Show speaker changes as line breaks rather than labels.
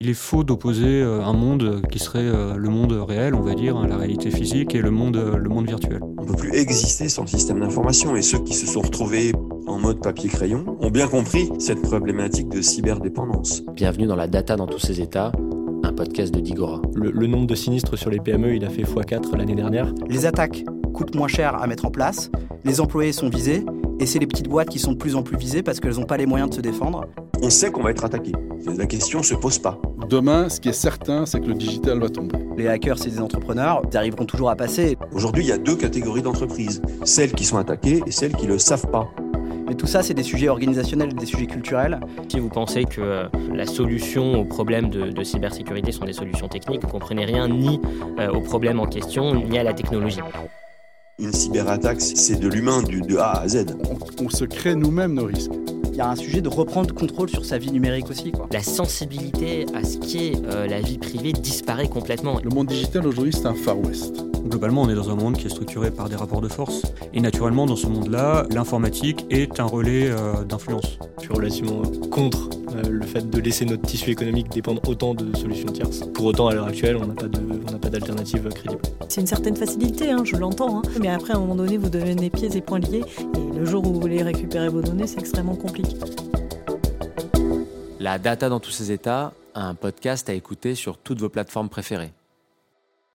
Il est faux d'opposer euh, un monde qui serait euh, le monde réel, on va dire, hein, la réalité physique, et le monde, euh, le monde virtuel.
On ne peut plus exister sans le système d'information, et ceux qui se sont retrouvés en mode papier-crayon ont bien compris cette problématique de cyberdépendance.
Bienvenue dans la data dans tous ses états, un podcast de Digora.
Le, le nombre de sinistres sur les PME, il a fait x4 l'année dernière.
Les attaques coûtent moins cher à mettre en place, les employés sont visés, et c'est les petites boîtes qui sont de plus en plus visées parce qu'elles n'ont pas les moyens de se défendre.
On sait qu'on va être attaqué. La question ne se pose pas.
Demain, ce qui est certain, c'est que le digital va tomber.
Les hackers, c'est des entrepreneurs, ils arriveront toujours à passer.
Aujourd'hui, il y a deux catégories d'entreprises, celles qui sont attaquées et celles qui ne le savent pas.
Mais tout ça, c'est des sujets organisationnels, des sujets culturels.
Si vous pensez que euh, la solution aux problèmes de, de, cybersécurité sont des solutions techniques, vous ne comprenez rien ni euh, aux problèmes en question, ni à la technologie.
Une cyberattaque, c'est de l'humain, de A à Z.
On, on se crée nous-mêmes nos risques.
Il y a un sujet de reprendre contrôle sur sa vie numérique aussi. Quoi.
La sensibilité à ce qu'est euh, la vie privée disparaît complètement.
Le monde digital aujourd'hui, c'est un Far West.
Globalement, on est dans un monde qui est structuré par des rapports de force. Et naturellement, dans ce monde-là, l'informatique est un relais euh, d'influence.
Je suis relativement contre euh, le fait de laisser notre tissu économique dépendre autant de solutions tierces. Pour autant, à l'heure actuelle, on n'a pas d'alternative crédible.
C'est une certaine facilité, hein, je l'entends. Hein. Mais après, à un moment donné, vous devenez pieds et poings liés. Et le jour où vous voulez récupérer vos données, c'est extrêmement compliqué.
La data dans tous ses états, un podcast à écouter sur toutes vos plateformes préférées.